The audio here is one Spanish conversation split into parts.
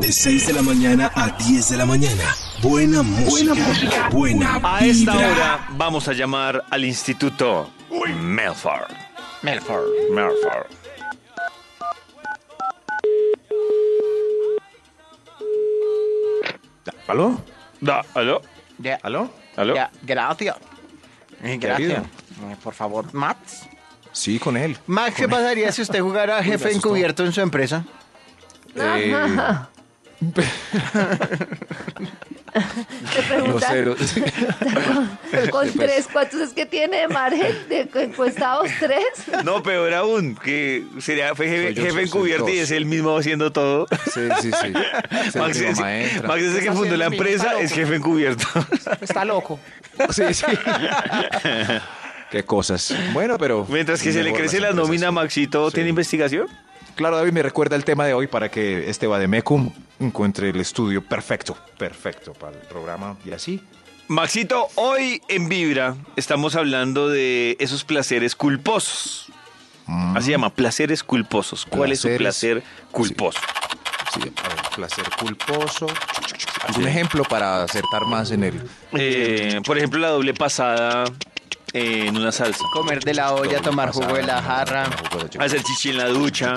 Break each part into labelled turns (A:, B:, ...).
A: De 6 de la mañana a 10 de la mañana. Buena música. Buena música. Buena
B: A esta hora vamos a llamar al instituto Melford. Melford. Melford.
C: ¿Aló?
B: Da, aló,
D: Ya,
C: ¿Aló?
B: aló.
D: ya, gracias. Gracias.
C: querido.
D: Eh, Por favor, Max.
C: Sí, con él.
D: Max, ¿qué pasaría si usted jugara jefe
C: asustó.
D: encubierto en su empresa?
C: Eh,
E: Te
C: no
E: preguntan
C: sé, no-
E: con
C: Pues-
E: tres, ¿cuántos es que tiene de margen de encuestados? ¿Tres?
B: No, peor aún, que sería fue jefe,
C: Soy yo,
B: jefe
C: soy
B: encubierto y
C: dos.
B: es él mismo haciendo todo.
C: Sí, sí, sí. Es el
B: Max
C: primo
B: es,
C: maestra.
B: Max es el que
D: Está
B: fundó la
D: haciendo mi
B: empresa,
D: palo.
B: es jefe encubierto.
D: Está loco.
C: Sí, sí. Qué cosas. Bueno, pero.
B: Mientras que se le
C: mejor
B: crece
C: las
B: la
C: empresas.
B: nómina, Maxito,
C: Sí.
B: ¿tiene investigación?
C: Claro, David, me recuerda el tema de hoy para que este Bademecum encuentre el estudio perfecto, perfecto para el programa y así.
B: Maxito, hoy en Vibra estamos hablando de esos placeres culposos. Así se llama, placeres culposos. ¿Cuál es su placer
C: Mm. Placeres.
B: culposo?
C: Sí, a ver, placer culposo. Un ejemplo para acertar más en el.
B: Eh, por ejemplo, la doble pasada eh, en una salsa.
D: Comer de la olla, tomar jugo de la jarra.
B: Hacer chichi en la ducha,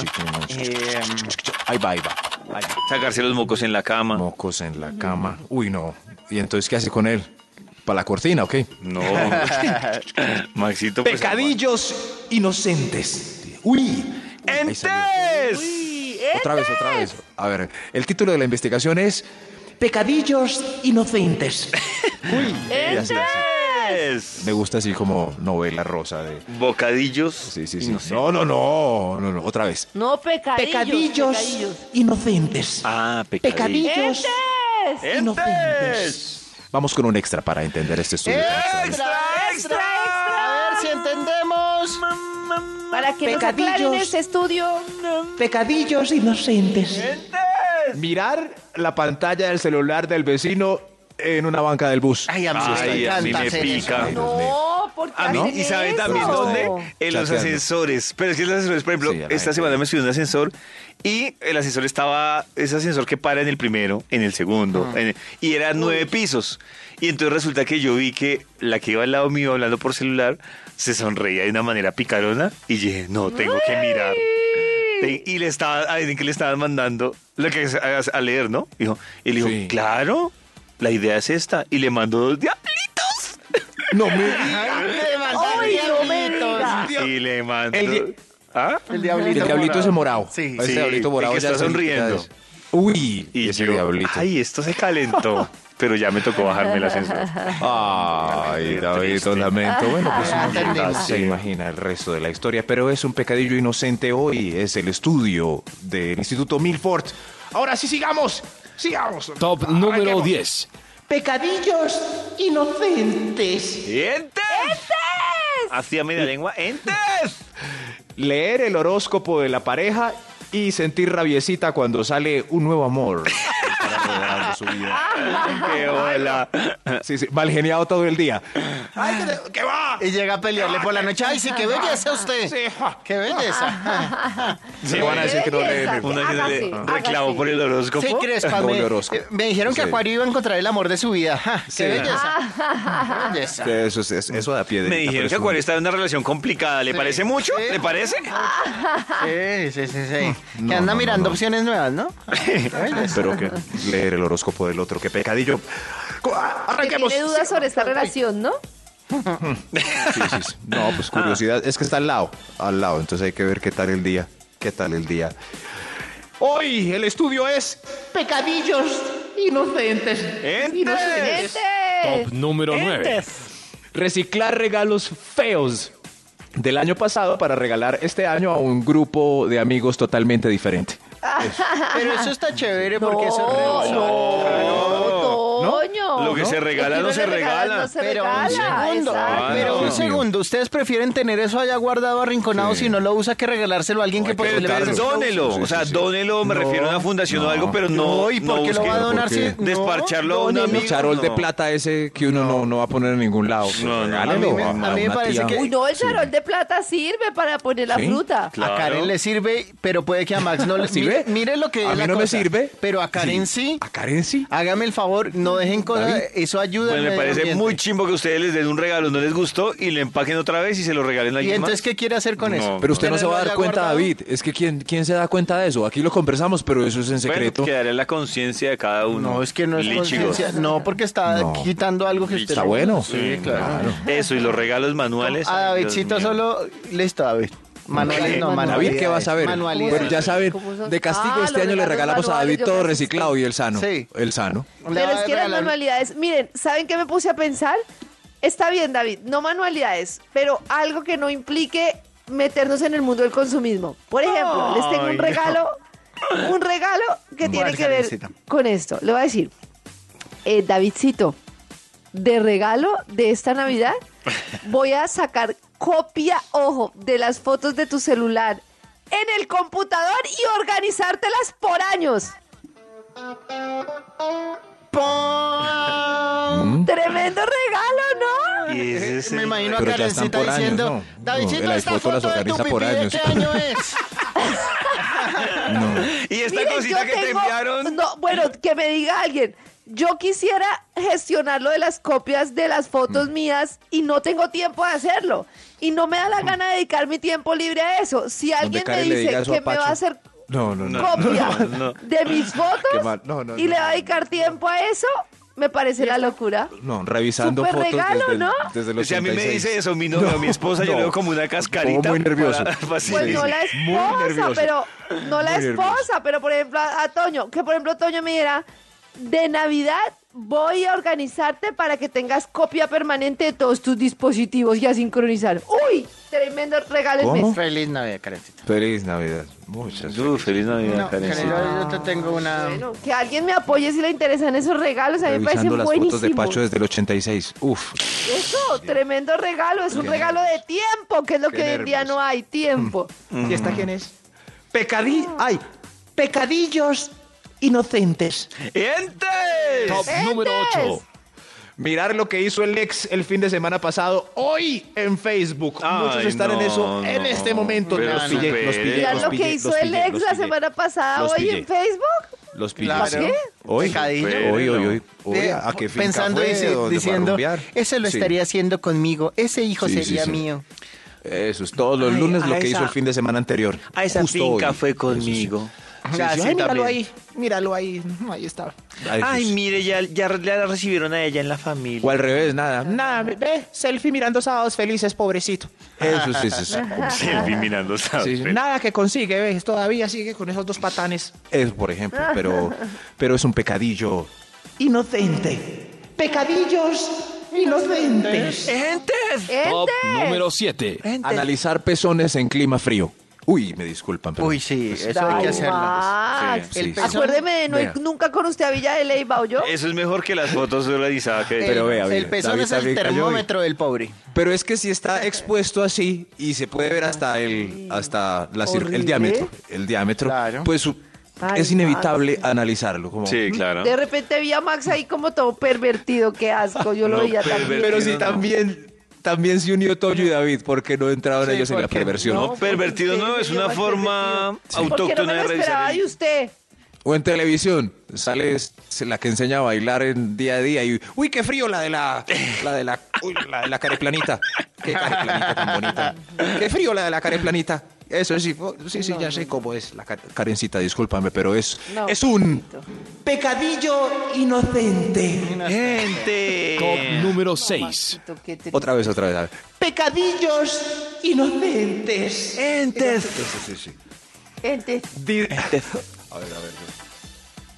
D: eh,
B: Ah.
C: Ahí va, ahí va.
B: sacarse los mocos en la cama.
C: Mocos en la cama. Uy, no. ¿Y entonces qué hace con él? ¿Para la cortina o qué?
B: No. Maxito. pues,
C: Pecadillos inocentes. Uy. Ahí salió.
B: ¡Entes!
C: Otra vez, otra vez. A ver, el título de la investigación es Pecadillos inocentes.
B: ¡Entes!
C: Me gusta así como novela rosa de...
B: Bocadillos.
C: Sí, sí, sí.
B: inocentes.
C: No, no, no, no, no, otra vez.
E: No, pecadillos.
F: Pecadillos inocentes.
B: Ah, pecadillos.
F: Pecadillos
E: ¡Entes!
B: ¡Entes!
C: Vamos con un extra para entender este estudio.
D: ¡Extra, extra! A ver si entendemos.
B: Em,
E: Para que nos aclaren
F: Pecadillos.
E: este estudio.
F: Pecadillos inocentes.
C: Mirar la pantalla del celular del vecino en una banca del bus.
D: Ay, a mí me
B: Ay, a mí
D: encanta
B: me
D: hacer eso.
B: pica.
E: No, porque
B: A mí,
E: hacen
B: Ah, y sabe
E: eso?
B: también dónde, en los
C: Chateando.
B: ascensores. Pero es que los ascensores, por ejemplo,
C: Sí, a la
B: esta
C: gente.
B: semana me subí a un ascensor y el ascensor estaba, ese ascensor que para en el primero, en el segundo,
C: Ah.
B: en el- y era nueve pisos. Y entonces resulta que yo vi que la que iba al lado mío hablando por celular se sonreía de una manera picarona y dije, no, tengo que mirar. Te- Y le estaba, adivinen que le estaban mandando lo que a, a leer, ¿no? Dijo, y le dijo,
C: Sí.
B: claro, la idea es esta. Y le mandó dos diablitos.
C: No, me...
D: Ay, me mandan
E: Ay, no me
D: diablitos.
E: diga.
B: Y le mandó.
C: El di-
B: ¿Ah?
D: El diablito,
C: El diablito es el morado.
D: Sí.
C: Ese
B: Sí,
C: diablito morado
B: el que
C: ya
B: está
C: es el-
B: sonriendo.
C: Uy,
B: Y
C: ese
B: yo,
C: diablito.
B: ay, esto se calentó. Pero ya me tocó bajarme el ascensor.
C: Ay,
B: Qué
C: David,
B: triste.
C: lo lamento. Bueno, pues
D: Ah,
C: uno nunca
D: entendimos.
C: se imagina el resto de la historia, pero es un pecadillo inocente hoy. Es el estudio del Instituto Milford. Ahora sí, sigamos. Sigamos.
A: Top número 10.
F: Pecadillos inocentes.
B: ¡Entes! Hacía media lengua. ¡Entes!
C: Leer el horóscopo de la pareja y sentir rabiecita cuando sale un nuevo amor. Para robar de su vida.
B: ¡Qué hola!
C: Sí, sí, mal geniado todo el día. Ay, que- que va!
D: Y llega a pelearle por la noche. ¡Ay, sí, Ah, qué belleza usted!
C: Sí, ja.
D: ¡Qué belleza!
C: Se van a decir que no leen el-
B: Una que le
E: Hágase,
B: reclamó
E: hágase.
B: por el horóscopo.
D: Sí, Crespa,
C: Con
D: me,
C: horóscopo.
D: eh, me dijeron que
C: Sí.
D: Acuario iba a encontrar el amor de su vida. Ja, ¡Qué
C: Sí.
D: belleza!
E: Ah.
D: Qué belleza.
C: Ah. Eso, es- es- eso da piedra.
B: Me dijeron que Acuario está en una relación complicada. ¿Le
D: Sí.
B: parece mucho?
D: Sí.
B: ¿Le parece?
D: Sí, sí, sí, sí.
C: No,
D: que anda
C: no, no,
D: mirando
C: no.
D: opciones nuevas, ¿no?
C: Pero que leer el horóscopo del otro, qué pecadillo. Co- ah,
E: Que
C: Arranquemos.
E: tiene dudas sobre esta relación, ¿no?
C: Sí, sí, sí. No, pues
B: Ah.
C: curiosidad. Es que está al lado, al lado. Entonces hay que ver qué tal el día. ¿Qué tal el día? Hoy el estudio es
F: Pecadillos inocentes. Inocentes.
A: Top
E: ¡Entes!
A: número 9.
C: reciclar regalos feos del año pasado para regalar este año a un grupo de amigos totalmente diferente.
D: Pero eso está chévere
E: No,
D: porque eso
E: no,
D: rehúsa.
E: no, Coño.
B: Lo que se regala,
E: Es
B: no se
E: le regalas,
B: regala.
E: No se
D: Pero un
E: regala.
D: segundo,
E: exacto.
D: pero un
B: Dios mío.
D: segundo. ¿Ustedes prefieren tener eso allá guardado, arrinconado, si no lo usa, que regalárselo a alguien que
B: Pero
D: posiblemente...
C: Carlos,
B: dónelo,
C: Sí,
B: o sea,
C: sí, sí.
B: dónelo, me
D: No,
B: refiero a una fundación o algo, pero no.
D: No, ¿y por
B: no
D: qué lo
B: busque-
D: va a
C: ¿por
D: donar
C: qué?
D: si... no?
B: Desparcharlo a un
C: Un
B: amigo.
C: charol de
B: no.
C: plata ese que uno no, no va a poner en ningún lado.
B: No, no, no.
C: Regálelo
B: A mí me-
D: a mí me
C: una
D: parece
C: tía.
D: que-
E: Uy, no, el charol de plata sirve para poner la
C: Sí.
E: fruta.
B: Claro.
D: A Karen le sirve, pero puede que a Max no le
C: ¿Sí
D: sirve.
C: ve?
D: Mire lo que
C: A
D: es
C: mí
D: la
C: no me
D: cosa.
C: sirve.
D: Pero a Karen sí.
C: ¿A Karen sí?
B: Ah,
D: Hágame el favor, no dejen cosas.
C: David.
D: Eso ayuda.
B: Bueno,
D: al
B: me
D: medio
B: parece
D: ambiente.
B: muy chimbo que ustedes les den un regalo, no les gustó y le empaquen otra vez y se lo regalen a
D: ¿Y
B: alguien más.
D: entonces qué quiere hacer con
B: No,
D: eso?
C: Pero usted no se va a
D: ¿Tenerlo
C: dar
D: ya
C: cuenta,
D: guardado?
C: David. Es que ¿quién, ¿quién se da cuenta de eso? Aquí lo conversamos, pero eso es en
B: Bueno,
C: secreto.
B: quedará en la conciencia de cada uno.
D: No, es que no es
B: Lichigos.
D: conciencia. No, porque está
C: No.
D: quitando algo que usted.
C: Está
D: no-
C: bueno.
D: Sí, claro.
B: Eso, y los regalos manuales.
D: A
B: ay, Dios
D: Davidcito
B: mío.
D: solo. Listo, David. Manuales, no,
E: David,
D: manualidades.
C: David, ¿qué vas a ver?
D: Manualidades.
C: Bueno, ya saben,
E: ¿Cómo son?
C: de castigo
E: Ah,
C: este
E: los
C: año le
E: regalos
C: regalamos a
E: manuales,
C: David
E: yo
C: todo
E: pensé.
C: reciclado y el sano.
D: Sí.
C: El sano.
D: Le
E: Pero
D: va a
E: es que las
D: regalar-
E: manualidades, miren, ¿saben qué me puse a pensar? Está bien, David, no manualidades, pero algo que no implique meternos en el mundo del consumismo. Por ejemplo, les tengo
B: Ay,
E: un
B: no.
E: regalo, un regalo que tiene que ver
D: Margarencita.
E: con esto. Le voy a decir, eh, Davidcito, de regalo de esta Navidad voy a sacar copia, ojo, de las fotos de tu celular en el computador y organizártelas por años. Tremendo regalo, ¿no?
B: Mm. Y ese es
D: Me
B: el-
D: imagino a
C: Pero ya están
D: Karencita
C: por años,
D: diciendo,
C: ¿no?
D: Davidcito,
C: No, la
D: esta
C: foto las
D: foto de tu
C: organiza por
D: pipí, ¿de
C: años".
D: qué año es?
B: Y esta
E: Miren,
B: cosita
E: yo
B: que te
E: tengo-
B: enviaron.
E: No, bueno, que me diga alguien. Yo quisiera gestionar lo de las copias de las
C: Mm.
E: fotos mías y no tengo tiempo de hacerlo. Y no me da la gana de dedicar mi tiempo libre a eso. Si alguien me
C: Mm. Karen le
E: dice
C: diga eso a
E: que me va a
C: Pacho.
E: hacer
C: No, no, no.
B: No,
E: copia
B: no, no.
E: de mis
C: Qué
E: fotos
C: mal. No, no,
E: y
C: no,
E: le va a dedicar tiempo a eso, me parece la locura.
C: No, revisando
E: Súper
C: fotos
E: regalo,
C: desde, el-
E: ¿no?
C: desde los
B: Si a mí me
C: 86.
B: dice eso mi novia o mi esposa, yo
C: no.
B: le veo como una cascarita.
C: Como muy nervioso.
B: para- para- sí,
E: Pues
B: sí,
E: no
B: sí.
E: la
C: Muy
E: esposa,
C: nervioso.
E: pero no la
C: Muy nervioso.
E: esposa, pero por ejemplo a, a Toño, que por ejemplo Toño me dirá, de Navidad voy a organizarte para que tengas copia permanente de todos tus dispositivos y a sincronizar. ¡Uy! Tremendo regalo el
C: ¿Cómo?
E: mes.
D: Feliz Navidad, Karencita.
C: Feliz Navidad. Muchas
B: Uh, feliz Navidad,
D: No,
B: Karencita.
D: Karen, yo, yo te tengo una...
E: Bueno, que alguien me apoye si le interesan esos regalos, a mí me parecen
C: Revisando las fotos de
E: buenísimos.
C: Pacho desde el 86. Uf.
E: Eso, tremendo regalo, es un regalo de tiempo, que es lo
C: Qué
E: que hoy en día
C: nervios.
E: no hay, tiempo.
F: ¿Y esta quién es? Pecadi... ¡Ay! Pecadillos inocentes.
B: ¡Entes!
C: Top
E: ¡Entes!
C: número 8. Mirar lo que hizo el ex el fin de semana pasado, hoy en Facebook.
B: Ay,
C: Muchos están en
B: no,
C: eso en
B: no.
C: este momento.
B: Pero
C: los pillé,
B: supere.
C: los pillé,
E: Mirá
C: los
E: lo
C: pillé,
E: que hizo
C: los
E: el
C: pillé,
E: ex
C: los
E: la
C: pillé,
E: semana pasada,
C: los
E: hoy
C: pillé,
E: en Facebook.
C: Los pillé.
D: Claro.
E: ¿Para qué?
C: Hoy,
D: Pecadillo.
C: hoy, hoy, hoy, hoy,
D: Eh,
C: ¿A qué finca
D: pensando
C: fue?
D: dice-
C: ¿Dónde fue a
D: diciendo,
C: rumbear?
D: ese lo
C: Sí.
D: estaría haciendo conmigo, ese hijo
C: Sí, sí,
D: sería
C: sí.
D: mío.
C: Eso es todos los
D: Ay,
C: lunes
D: a
C: lo que
D: esa-
C: hizo el fin de semana anterior.
B: A esa
C: Justo
B: finca
C: hoy.
B: fue
C: Eso sí.
B: conmigo.
D: Ya,
C: Sí, sí,
D: Ah, sí,
C: ay,
D: también.
C: míralo ahí.
F: Míralo ahí. Mm, Ahí está.
C: Ay, Dios.
B: mire, ya, ya la recibieron a ella en la familia.
C: O al revés, nada.
F: Nada, ve, selfie mirando sábados felices, pobrecito.
C: Eso sí, eso sí.
B: Selfie mirando, ¿sabes?
C: Sí, sí.
B: Pero-
F: Nada que consigue, ves, todavía sigue con esos dos patanes.
C: Es, por ejemplo, pero, pero es un pecadillo.
F: Inocente. Pecadillos inocentes.
E: ¡Entes!
G: Top número 7.
C: Analizar pezones en clima frío. Uy, me disculpan. pero-
D: Uy, sí,
C: pues,
D: eso hay que
E: Ay,
D: hacerlo.
E: Max. Eh,
C: Sí, sí, sí.
E: Acuérdeme de no ir
C: Vea.
E: nunca con usted a Villa de Leyva, ¿o yo?
B: Eso es mejor que las fotos organizadas que
D: Eh,
C: Pero vea,
D: el
C: vea,
D: pezón
C: David
D: es el
C: también cayó hoy.
D: termómetro del pobre.
C: Pero es que si está expuesto así y se puede ver hasta el, hasta la cir-
E: Horrible.
C: el diámetro, el diámetro,
D: Claro.
C: pues su-
E: Ay,
C: es inevitable analizarlo. Como,
B: Sí, claro.
E: De repente vi a Max ahí como todo pervertido, qué asco, yo lo
B: No,
E: veía
B: pervertido.
E: también.
C: Pero sí
B: no.
C: también, también se unió Toño y David porque no entraron ellos en la perversión.
B: No, pervertido no, es una forma
E: ¿Por qué no
B: autóctona
E: me
B: de
E: lo esperaba
B: revisar. el-
E: de usted?
C: O en televisión, sale s- la que enseña a bailar en día a día y uy, qué frío la de la la de la uy, la de la careplanita. Qué careplanita tan bonita. Qué frío la de la careplanita. Eso sí, fo- sí, sí, ya sé cómo es la car- carencita, discúlpame, pero es
E: No,
C: es un
F: Pecadillo inocente.
G: Top número 6.
E: Maxito, qué triste.
C: otra vez, otra vez. a ver.
F: Pecadillos inocentes.
E: Gente,
C: Ah,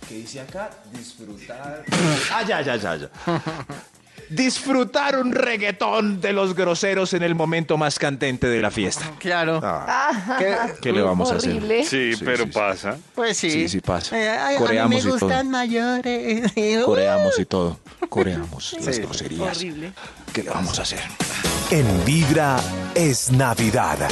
C: ¿Qué dice acá? Disfrutar. disfrutar un reggaetón de los groseros en el momento más candente de la fiesta.
F: Claro.
C: Ah,
E: Ah,
C: ¿Qué le vamos a hacer?
E: horrible.
B: Sí,
C: Sí,
B: pero
C: sí, sí.
B: pasa.
F: Pues sí.
C: Sí, sí pasa.
F: Eh, ay, a mí
C: Coreamos
F: me ¡Uh!
C: y todo.
F: gustan mayores.
C: coreamos y todo. Coreamos las groserías. ¿Qué le vamos a hacer?
A: En Vibra es Navidad.